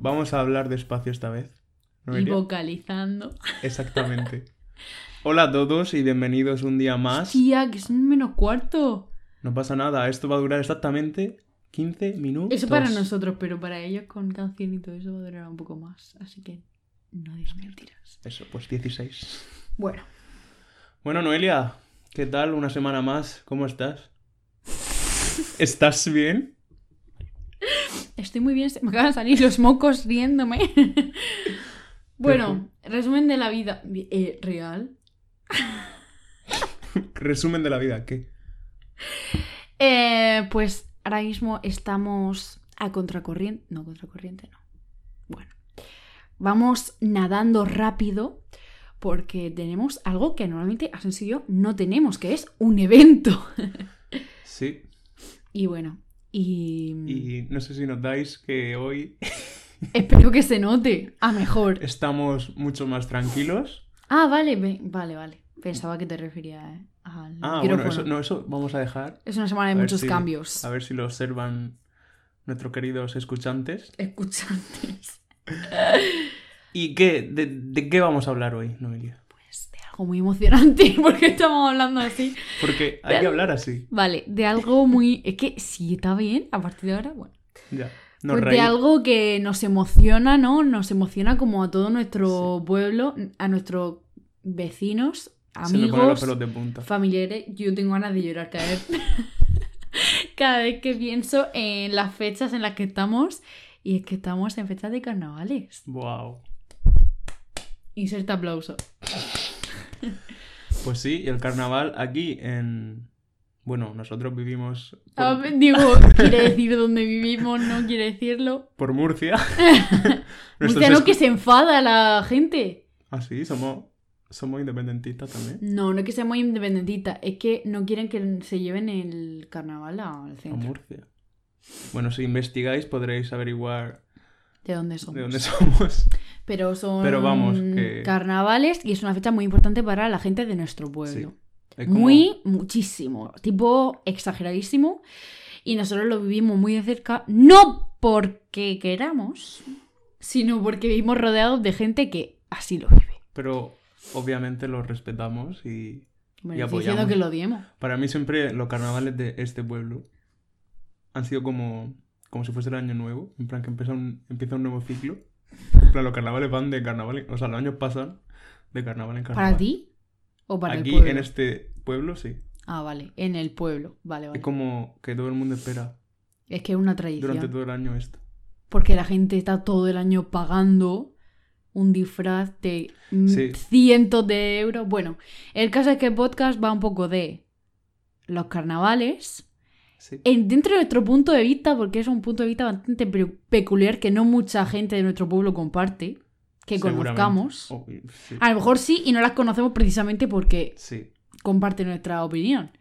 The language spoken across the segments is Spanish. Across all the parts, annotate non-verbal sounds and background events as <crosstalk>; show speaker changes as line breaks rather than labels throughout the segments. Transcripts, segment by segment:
vamos a hablar despacio esta vez. ¿No,
y
Iria?
vocalizando.
Exactamente. Hola a todos y bienvenidos un día más.
Tía, que son menos cuarto.
No pasa nada, esto va a durar exactamente 15 minutos.
Eso para nosotros, pero para ellos con canción y todo eso va a durar un poco más. Así que no digas mentiras.
Eso, pues 16.
Bueno,
Bueno, Noelia, ¿qué tal? Una semana más, ¿cómo estás? ¿Estás bien?
estoy muy bien. se- Me acaban de salir los mocos
<laughs>
riéndome. bueno, resumen de la vida eh, real.
Resumen de la vida, ¿qué?
Eh, pues ahora mismo estamos a contracorriente. No, contracorriente no. Bueno. Vamos nadando rápido porque tenemos algo que normalmente a sencillo no tenemos, que es un evento.
Sí,
Y bueno, y,
y no sé si notáis que hoy
<laughs> espero que se note a mejor.
estamos mucho más tranquilos.
Ah, vale, ve- vale, vale. Pensaba que te refería eh, al
Ah, bueno,
micrófono.
eso, no, eso vamos a dejar.
Es una semana de
A ver
muchos
si-
cambios.
A ver si lo observan nuestros queridos escuchantes.
Escuchantes. <laughs>
¿Y qué? ¿De, de qué vamos a hablar hoy, Noelia?
Pues de algo muy emocionante, <laughs> porque estamos hablando así.
Porque hay que hablar así.
Vale, de algo muy. Es que si está bien, a partir de ahora, bueno.
Ya. No
pues
reír.
de algo que nos emociona, ¿no? Nos emociona como a todo nuestro pueblo, a nuestros vecinos,
Se me ponen los
amigos,
pelos de punta.
familiares. Yo tengo ganas de llorar cada
<laughs>
vez. cada vez que pienso en las fechas en las que estamos. Y es que estamos en fechas de carnavales.
Wow.
Inserta aplauso.
Pues sí, y el carnaval aquí en. Bueno, nosotros vivimos por,
Ah, <laughs> digo,
<laughs>
quiere decir dónde vivimos, no quiere decirlo.
por Murcia.
<laughs>
Nuestros
Murciano
escu-
que se enfada la gente.
Ah, sí, somos, somos independentistas también.
No, no es que seamos independentistas, es que no quieren que se lleven el carnaval al
A
centro.
Murcia. Bueno, si investigáis podréis averiguar
¿De dónde somos?
de dónde <laughs> somos.
Pero son
Pero vamos, que-
carnavales y es una fecha muy importante para la gente de nuestro pueblo.
Es como-
Muy, muchísimo. Tipo exageradísimo. Y nosotros lo vivimos muy de cerca, no porque queramos, sino porque vivimos rodeados de gente que así lo vive.
Pero obviamente lo respetamos y
Bueno,
Y
estoy diciendo
apoyamos.
que lo odiemos.
para mí siempre los carnavales de este pueblo han sido como, como si fuese el año nuevo. En plan que empieza un, empieza un nuevo ciclo. En plan los carnavales van de carnaval, en- o sea, los años pasan de carnaval en carnaval.
¿Para ti? ¿O para el
Aquí
pueblo?
en este pueblo sí.
Ah, vale, en el pueblo. Vale, vale.
Es como que todo el mundo espera
Es que es una tradición.
durante todo el año esto.
Porque la gente está todo el año pagando un disfraz de mm,
Sí.
cientos de euros. Bueno, el caso es que el podcast va un poco de los carnavales.
Sí.
En- dentro de nuestro punto de vista, porque es un punto de vista bastante pe- peculiar que no mucha gente de nuestro pueblo comparte, que
Seguramente.
conozcamos.
Oh, y- sí.
A lo mejor sí y no las conocemos precisamente porque
Sí.
comparte nuestra opinión.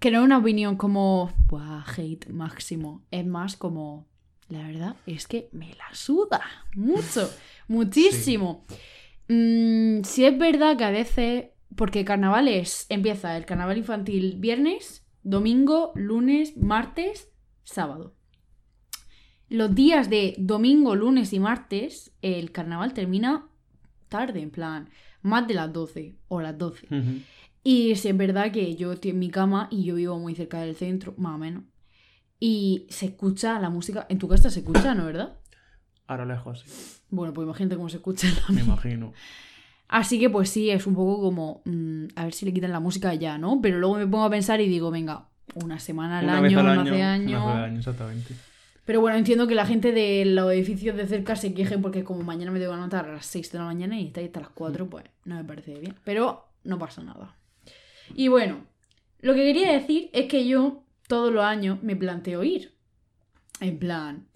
Que no es una opinión como, "Buah, hate máximo. Es más como, la verdad es que me la suda mucho, muchísimo. Mm, si es verdad que a veces, porque carnavales, empieza el carnaval infantil viernes, domingo, lunes, martes, sábado. Los días de domingo, lunes y martes, el carnaval termina tarde, en plan, más de las 12 o las 12.
Ujú.
Y sí es verdad que yo estoy en mi cama y yo vivo muy cerca del centro, más o menos. Y se escucha la música. En tu casa se escucha, ¿no, verdad?
Ahora lejos,
<laughs>
sí.
Bueno, pues imagínate cómo se escucha la
me
mía.
imagino.
Así que, pues sí, es un poco como. mm, a ver si le quitan la música ya, ¿no? Pero luego me pongo a pensar y digo, venga, una semana al
Una vez
año,
al
una
año,
hace año.
una vez al año, exactamente.
Pero bueno, entiendo que la gente de los edificios de cerca se quejen porque, como mañana me tengo que anotar a las 6 de la mañana y está ahí hasta las 4, pues no me parece bien. Pero no pasa nada. Y bueno, lo que quería decir es que yo todos los años me planteo ir. En plan,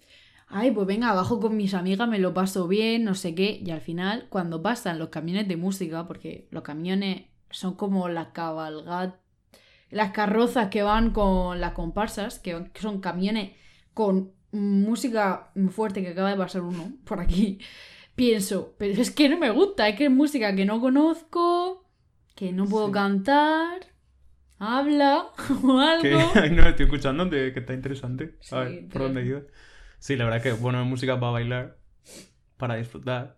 ay, pues venga, abajo con mis amigas, me lo paso bien, no sé qué. Y al final, cuando pasan los camiones de música, porque los camiones son como la cabalgata, las carrozas que van con las comparsas, que van- que son camiones con música fuerte que acaba de pasar uno <laughs> por aquí, pienso, pero es que no me gusta, es que es música que no conozco, que no puedo
Sí.
cantar, habla <laughs> o
Que <laughs>
algo.
ahí no lo estoy escuchando, de- que está interesante.
Sí,
A ver, por
pero-
dónde iba. Sí, la verdad que, bueno, es música para bailar. para disfrutar.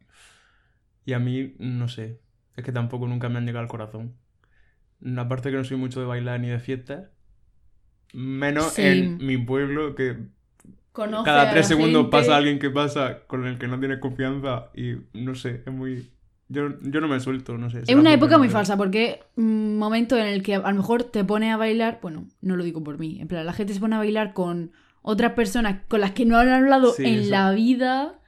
Y a mí, no sé, es que tampoco nunca me han llegado al corazón. Aparte que no soy mucho de bailar ni de fiestas, menos
Sí.
en mi pueblo, que
Conoce
cada
a
tres
la
segundos
gente.
pasa alguien que pasa con el que no tienes confianza y no sé, es muy... Yo, yo no me suelto, no sé.
Es una época muy falsa, porque un momento en el que a lo mejor te pones a bailar, bueno, no lo digo por mí, en plan, la gente se pone a bailar con otras personas con las que no han hablado
Sí,
en
eso.
la vida.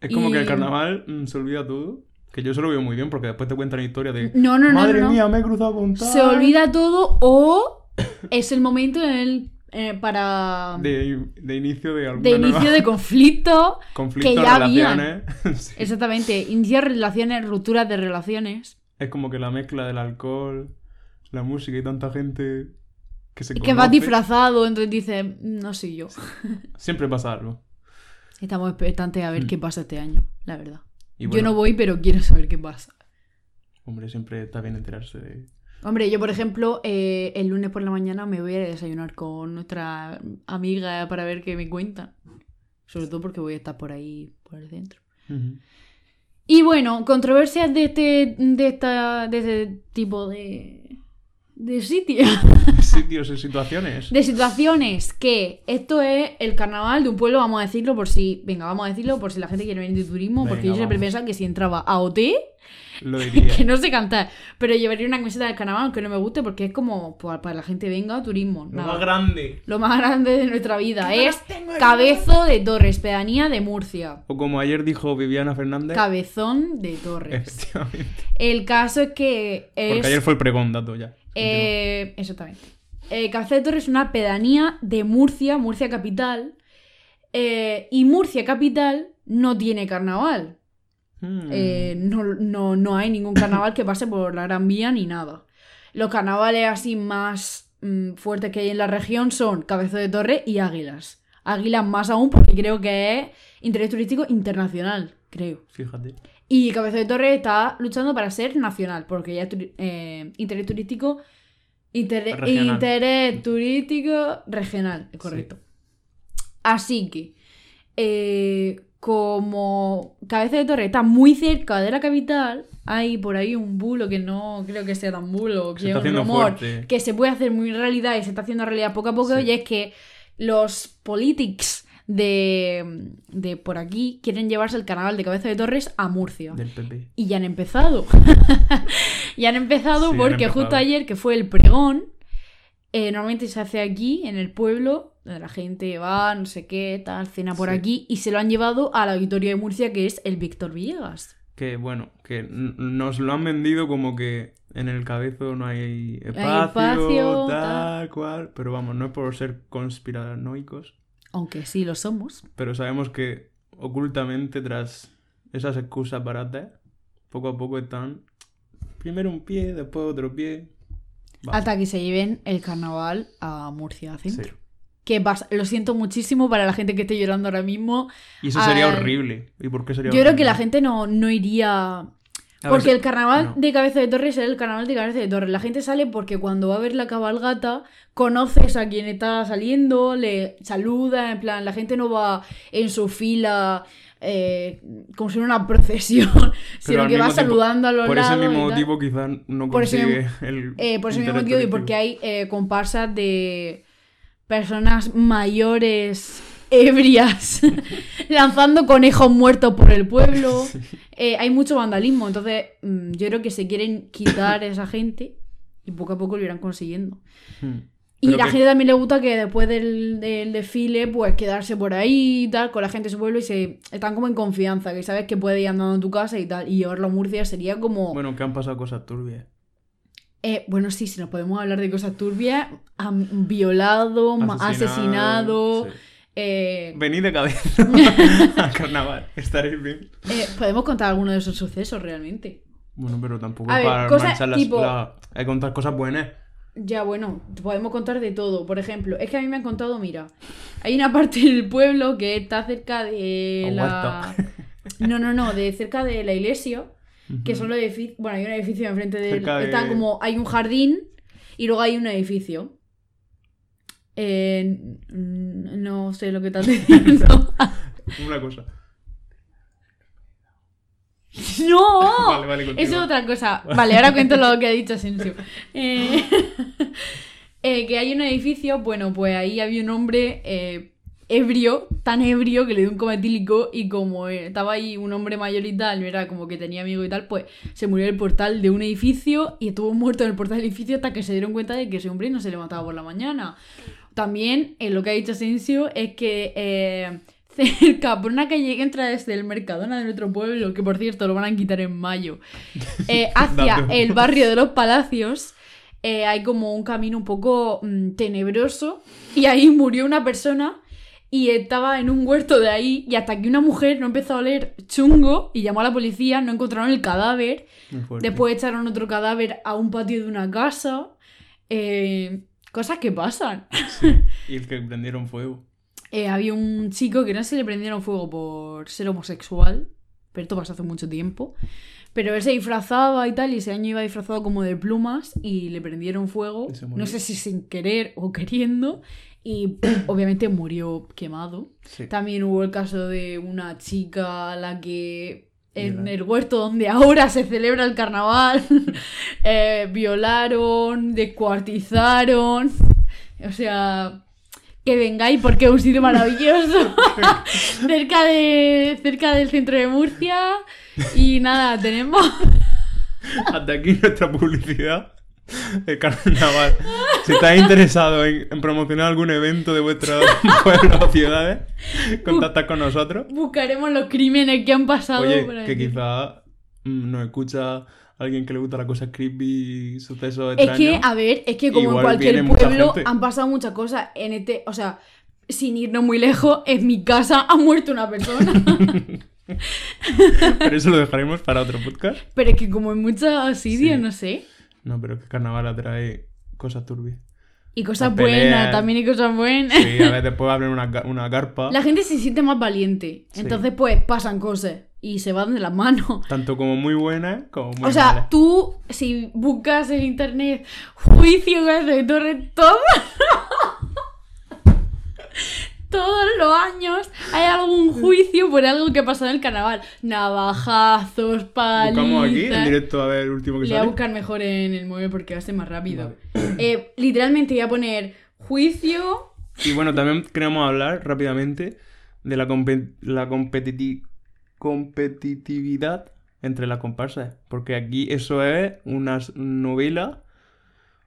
Es como que el
y-
carnaval mm, se olvida todo, que yo se lo veo muy bien porque después te cuentan la historia de...
No, no, no,
Madre
no, no.
mía, me he cruzado con tal.
Se olvida todo o es el momento en el eh, para
De, de inicio de algún
de inicio de conflicto.
conflicto,
que ya habían.
relaciones. <laughs> Sí.
Exactamente, iniciar relaciones, rupturas de relaciones.
Es como que la mezcla del alcohol, la música y tanta gente que se
Y que vas
conoce.
disfrazado, entonces dices, no soy yo.
Siempre pasa algo.
Estamos expectantes a ver
Mm.
qué pasa este año, la verdad.
Y bueno,
Yo no voy, pero quiero saber qué pasa.
Hombre, siempre está bien enterarse de...
Hombre, yo por ejemplo, eh, el lunes por la mañana me voy a ir a desayunar con nuestra amiga para ver qué me cuentan. Sobre todo porque voy a estar por ahí, por el centro. Y bueno, controversias de este, de esta, de este tipo de, de sitio.
<laughs>
<laughs>
Sitios y situaciones.
De situaciones que esto es el carnaval de un pueblo, vamos a decirlo por si, venga, vamos a decirlo por si la gente quiere venir de turismo, porque
Venga,
yo siempre
vamos.
pensaba que si entraba a OT,
Lo diría.
que no sé cantar, pero llevaría una camiseta del carnaval aunque no me guste porque es como pues, para la gente venga turismo.
Lo
nada.
más grande.
Lo más grande de nuestra vida es Cabezo de Torres, pedanía de Murcia.
O como ayer dijo Viviana Fernández.
Cabezón de Torres.
Efectivamente.
El caso es que es...
Porque ayer fue el pregón, dato ya.
Eh, exactamente. Eh, Cabeza de Torres es una pedanía de Murcia, Murcia capital. eh, y Murcia capital no tiene carnaval.
Continúa. Mm.
Eh, no, no- no hay ningún carnaval que pase por la Gran Vía ni nada. Los carnavales así más mm, fuertes que hay en la región son Cabeza de Torre y Águilas. Águilas más aún porque creo que es interés turístico internacional, creo.
Hmm, Fíjate.
Y Cabeza de Torre está luchando para ser nacional, porque ya es turi- eh, interés turístico. Interés,
Regional.
interés turístico regional, es correcto. Así que, eh, como Cabeza de Torre está muy cerca de la capital, hay por ahí un bulo que no creo que sea tan bulo,
Se
que es
está
un
haciendo
rumor,
fuerte.
que se puede hacer muy realidad y se está haciendo realidad poco a poco,
Sí.
y es que los politics de, de por aquí quieren llevarse el carnaval de Cabeza de Torres a Murcia.
Del PP.
Y ya
<laughs>
han empezado. ya han empezado
Sí, han
porque
empezado.
justo ayer, que fue el pregón, eh, normalmente se hace aquí, en el pueblo, donde la gente va, no sé qué, tal, cena por
Sí.
aquí, y se lo han llevado al auditorio de Murcia, que es el Víctor Villegas.
Que bueno, que n- nos lo han vendido como que en el cabezo no hay espacio,
espacio,
tal, cual. Pero vamos, no es por ser conspiranoicos,
Aunque sí lo somos.
pero sabemos que ocultamente tras esas excusas baratas, poco a poco están primero un pie, después otro pie. Va.
Hasta que se lleven el carnaval a Murcia centro.
Sí.
Que vas- lo siento muchísimo para la gente que esté llorando ahora mismo.
Y eso sería
Al-
horrible. ¿Y por qué sería
Yo creo que la
horrible?
gente no, no iría
A ver,
Porque el carnaval
no.
de Cabeza de Torres es el carnaval de Cabeza de Torres. La gente sale porque cuando va a ver la cabalgata, conoces a quien está saliendo, le saluda, en plan, la gente no va en su fila eh, como si fuera una <laughs> procesión, sino
al
que va
mismo tiempo-
saludando a los
Por
lados.
ese mismo
y tal.
motivo quizás no
Por ese
consigue el...
Eh, por ese mismo
interés
motivo y
colectivo.
porque hay eh, comparsas de personas mayores <laughs> ebrias <laughs> lanzando conejos muertos por el pueblo.
<laughs> Sí.
Eh, hay mucho vandalismo, entonces mm, yo creo que se quieren quitar esa gente y poco a poco lo irán consiguiendo.
Hmm.
Y
Pero
la
que-
gente también le gusta que después del, del desfile, pues quedarse por ahí y tal, con la gente de su pueblo y se están como en confianza, que sabes que puedes ir andando a tu casa y tal. Y llevarlo a Murcia sería como. Bueno,
Bueno, que han pasado cosas turbias.
Eh, bueno sí, si nos podemos hablar de cosas turbias, han violado, ma- asesinado.
sí.
eh,
Venid de
<laughs>
cabeza al carnaval, estaréis bien.
eh, podemos contar alguno de esos sucesos realmente.
Bueno, pero tampoco
A
es
ver,
para
cosas
manchar las,
tipo-
la- Hay que contar cosas buenas.
Ya, bueno, podemos contar de todo. Por ejemplo, es que a mí me han contado, mira, hay una parte del pueblo que está cerca de
O
la... No, no, no, de cerca de la iglesia,
<laughs>
que son los edificios... Bueno, hay un edificio enfrente de...
Mm. Cerca de-
Está como... Hay un jardín y luego hay un edificio. Eh, n- <laughs> no sé lo que estás diciendo.
Una cosa.
<laughs> ¡No!
Vale, vale,
Eso es
continúa.
otra cosa. Vale, ahora cuento lo que ha dicho Sensio. Eh, <laughs> eh, que hay un edificio, bueno, pues ahí había un hombre eh, ebrio, tan ebrio que le dio un coma etílico y como eh, estaba ahí un hombre mayor y tal, no era como que tenía amigo y tal, pues se murió en el portal de un edificio y estuvo muerto en el portal del edificio hasta que se dieron cuenta de que ese hombre no se levantaba por la mañana. También eh, lo que ha dicho Sensio es que eh, <laughs> cerca, por una calle que entra desde el Mercadona de nuestro pueblo, que por cierto lo van a quitar en mayo, eh, hacia
Dato.
el barrio de los Palacios, eh, hay como un camino un poco mm, tenebroso y ahí murió una persona. Y estaba en un huerto de ahí y hasta que una mujer no empezó a oler chungo y llamó a la policía, no encontraron el cadáver
Muy fuerte.
Después echaron otro cadáver a un patio de una casa. Eh, cosas que pasan.
Y el que prendieron fuego.
Eh, había un chico que no sé si le prendieron fuego por ser homosexual, pero esto pasó hace mucho tiempo. Pero él se disfrazaba y tal, y ese año iba disfrazado como de plumas y le prendieron fuego.
Y se murió.
No sé si sin querer o queriendo. Y obviamente murió quemado.
Sí.
También hubo el caso de una chica a la que en
Violaron.
el huerto donde ahora se celebra
<laughs>
el carnaval eh, violaron, descuartizaron. O sea, que vengáis porque es un
<laughs>
sitio maravilloso. cerca, de, cerca del centro de Murcia. Y nada, tenemos. <laughs>
Hasta aquí nuestra publicidad de carnaval. Si estáis interesados en, en promocionar algún evento de vuestro <laughs> pueblo o ciudades,
Uh.
contactad con nosotros.
Buscaremos los crímenes que han pasado.
Oye,
por
que
aquí.
quizá mm, nos escucha alguien que le gusta la cosa creepy, sucesos
Es
extraños.
que, a ver, es que como
Igual
en cualquier
viene mucha
pueblo
gente.
han pasado muchas cosas en este, o sea, sin irnos muy lejos, en mi casa ha muerto una persona.
<laughs> Pero eso lo dejaremos para otro podcast.
pero es que como en muchos sitios,
Sí.
no sé.
No, pero es que carnaval atrae cosas
<laughs>
turbias.
Y cosas
Las peleas.
buenas, también hay cosas buenas.
Sí, a ver, después abren una, ga- una garpa,
La gente se siente más valiente.
Sí.
Entonces, pues, pasan cosas y se van de las manos.
tanto como muy buenas como muy
o sea,
malas.
tú, si buscas en internet juicio de Torre, todo- <laughs> todos los años
<laughs>
hay algún juicio por algo que ha pasado en el carnaval. Navajazos,
Buscamos aquí en
palizas...
directo a ver el último que
Le voy a
sale.
buscar mejor en el móvil porque va a ser más rápido. Eh, literalmente voy a poner juicio...
Y bueno, también queremos hablar rápidamente de la, compe- la competiti- competitividad entre las comparsas. Porque aquí eso es una s- novela.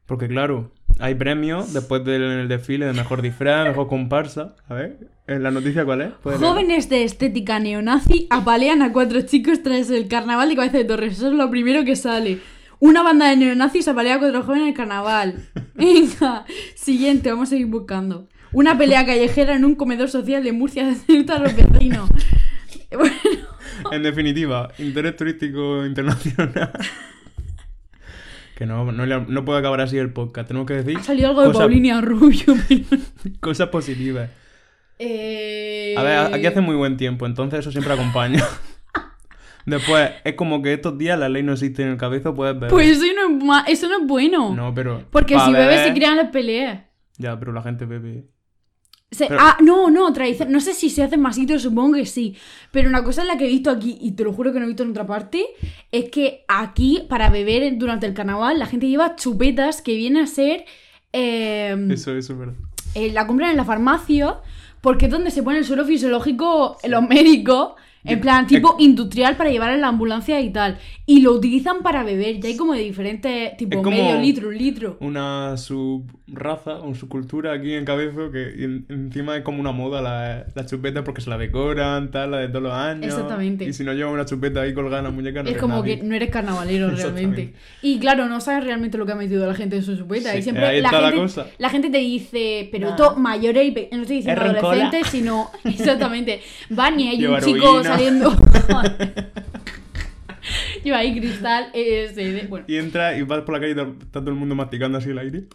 Porque claro, hay premios después del en el desfile de mejor disfraz, mejor comparsa. A ver, ¿en la noticia cuál es? Puedes leer.
Jóvenes de estética neonazi apalean a cuatro chicos tras el carnaval de Cabeza de Torres. Eso es lo primero que sale. Una banda de neonazis apalea a cuatro jóvenes en el
<laughs>
carnaval. Venga, siguiente, vamos a seguir buscando. Una pelea callejera en un comedor social de Murcia acepta a los vecinos. Bueno,
En definitiva, interés turístico internacional. que no, no, le- no puede acabar así el podcast. Tenemos que decir
ha salido algo de
Cosa-
Paulina Rubio. <laughs> pero-
cosas positivas.
Eh,
A ver, a- aquí hace muy buen tiempo, entonces eso siempre acompaña.
<laughs>
Después, es como que estos días la ley no existe en el cabeza, puedes beber.
Pues eso no es, ma- eso no es bueno.
no, pero.
porque
pa'
si bebes
beber-
se crean las peleas.
Ya, pero la gente bebe.
Se-
Pero-
Ah, no, no, tradición. No sé si se hacen más sitios, supongo que sí. Pero una cosa es la que he visto aquí, y te lo juro que no he visto en otra parte, es que aquí, para beber en- durante el carnaval, la gente lleva chupetas que viene a ser. eh,
Eso, eso es verdad.
eh, la compran en la farmacia, porque es donde se pone el suelo fisiológico los médicos. En
Yo-
plan,
es-
tipo industrial para llevar en la ambulancia y tal. Y lo utilizan para beber. Ya hay como de diferentes, tipo
Es como-
medio litro, un litro.
Una subraza o subcultura aquí en cabeza que en- encima es como una moda la, la chupeta porque se la decoran, tal, la de todos los años.
Exacamente.
Y si no llevas una chupeta ahí colgada en la muñeca, no
Es
eres
como
nadie.
que no
<laughs>
eres carnavalero realmente.
Exactamente.
Y claro, no sabes realmente lo que ha metido la gente en su chupeta.
Sí,
y siempre
ahí
la,
está la
gente,
cosa.
la gente te dice, pero
Nah.
esto mayores y pe- no estoy diciendo
Es roncola.
adolescentes,
<laughs>
sino exactamente. Van y hay un
Lleva
chico
heroína. <laughs>
saliendo. <laughs> Lleva ahí cristal, ESD. Bueno.
Y entra y vas por la calle y ta- está todo el mundo masticando así el aire.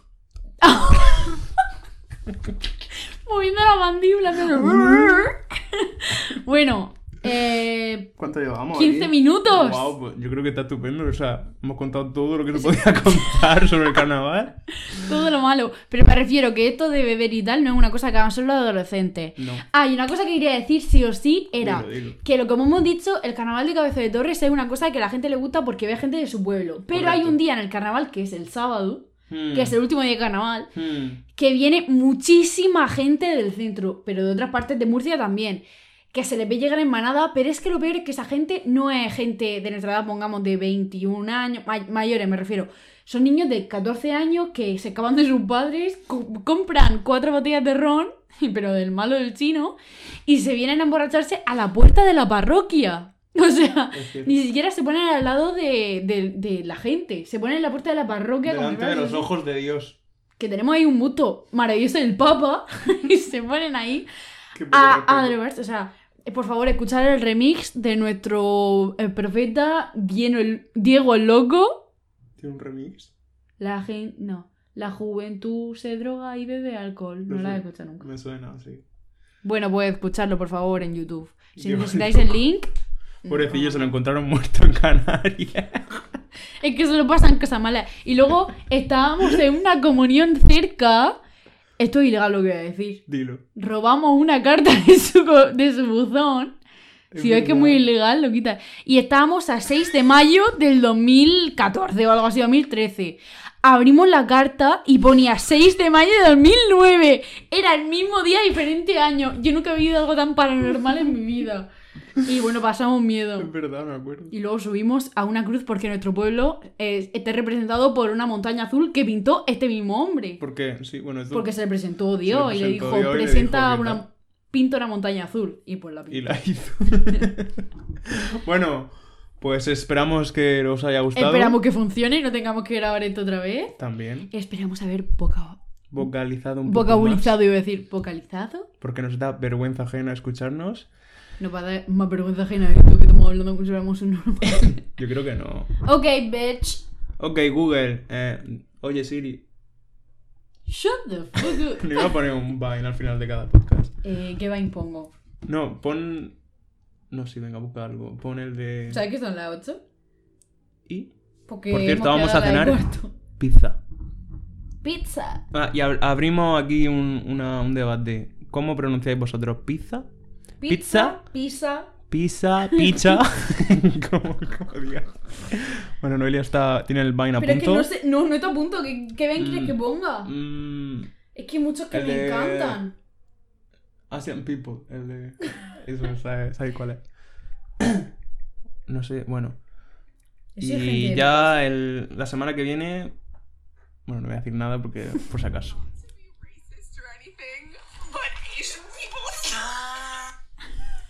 Moviendo la mandíbula. pero- <laughs> bueno, Eh,
¿Cuánto llevamos?
15
aquí?
minutos.
Guau, pues yo creo que está estupendo. O sea, hemos contado todo lo que se podía <laughs> contar sobre el carnaval.
Todo lo malo. Pero me refiero que esto de beber y tal no es una cosa que hagan solo los adolescentes.
No.
Ah, y una cosa que quería decir sí o sí era
Dilo, dilo.
que lo como hemos dicho, el carnaval de Cabeza de Torres es una cosa que a la gente le gusta porque ve gente de su pueblo. Pero hay
Correcto.
un día en el carnaval, que es el sábado,
Hmm,
que es el último día de carnaval,
hmm.
que viene muchísima gente del centro, pero de otras partes de Murcia también. Que se les ve llegar en manada, pero es que lo peor es que esa gente no es gente de nuestra edad, pongamos de 21 años, may- mayores me refiero. Son niños de 14 años que se acaban de sus padres, co- compran cuatro botellas de ron, <laughs> pero del malo del chino, y se vienen a emborracharse a la puerta de la parroquia. <laughs> O sea,
Es cierto.
ni siquiera se ponen al lado de, de- de la gente, se ponen en la puerta de la parroquia como si
Delante de
fueran
los
sus-
ojos de Dios.
que tenemos ahí un busto maravilloso del Papa <laughs> y se ponen ahí
Qué poco respeto.
a, a drogarse. O sea, eh, por favor, escuchar el remix de nuestro eh, profeta Diego el, Diego el Loco.
Tiene un remix.
La gente. No. La juventud se droga y bebe alcohol. No
No
la he
sé.
escuchado nunca.
Me suena, sí.
Bueno, pues escucharlo, por favor, en YouTube. Si
Diego el
necesitáis el link.
Mm. Pobrecillo,
no.
se lo encontraron muerto en Canarias.
Es que solo pasan cosas malas. Y luego estábamos en una comunión cerca. Esto es ilegal lo que voy a decir.
<laughs> Dilo.
robamos una carta <laughs> de su, co- de su buzón. Si es que es muy ilegal, lo quita. Y estábamos a 6 de mayo del 2014 o algo así, 2013. Abrimos la carta y ponía 6 de mayo de 2009. Era el mismo día, diferente año. Yo nunca he vivido algo tan paranormal en mi vida. Y bueno, pasamos miedo.
Es verdad, me acuerdo.
Oh. Y luego subimos a una cruz porque nuestro pueblo eh, está representado por una montaña azul que pintó este mismo hombre.
Porque, sí, bueno, esto.
Porque se le presentó
le
Dios y le
presentó
dijo,
Dios y le
presenta
dijo que
una...
tal".
Pinta una montaña azul. Y pues la
Y
pinta.
la hizo. <laughs> bueno, pues esperamos que os haya gustado.
Esperamos que funcione y no tengamos que grabar esto otra vez.
También.
Esperamos haber voca-
Vocalizado un poco. más,
vocabulizado, iba a decir, vocalizado.
Porque nos da vergüenza ajena escucharnos.
Nos va a dar más vergüenza ajena de esto que estamos hablando como si fuéramos un
<laughs>
normal.
Yo creo que no.
ok, bitch.
Ok, Google. eh, oye, Siri. <laughs>
Shut the fuck up.
Le iba a poner un vain al final de cada podcast.
Eh, ¿Qué va impongo?
No, pon. No, sí, venga, busca algo. Pon el de.
¿Sabes que son las 8?
Y.
Porque
Por cierto, vamos
hemos quedado
a
las
cenar.
cuarto.
Pizza.
Pizza.
Ah, y ab- abrimos aquí un, una- un debate. ¿Cómo pronunciáis vosotros? ¿Pizza?
Pizza. Pizza.
Pizza,
<laughs>
pizza. <laughs> ¿Cómo, cómo diga? Bueno, Noelia está, tiene el vain a
Pero es que
punto.
no sé, no, no está a punto. ¿Qué, qué ven quieres
Mm.
que ponga?
Mm,
Es que hay muchos que
El
me
de-
encantan.
Asian People, el de. Eso, ¿sabes sabe cuál es? <coughs> No sé, bueno.
Eso
y
es gente-
ya el, la semana que viene. Bueno, no voy a decir nada porque, por si acaso.
racist or anything.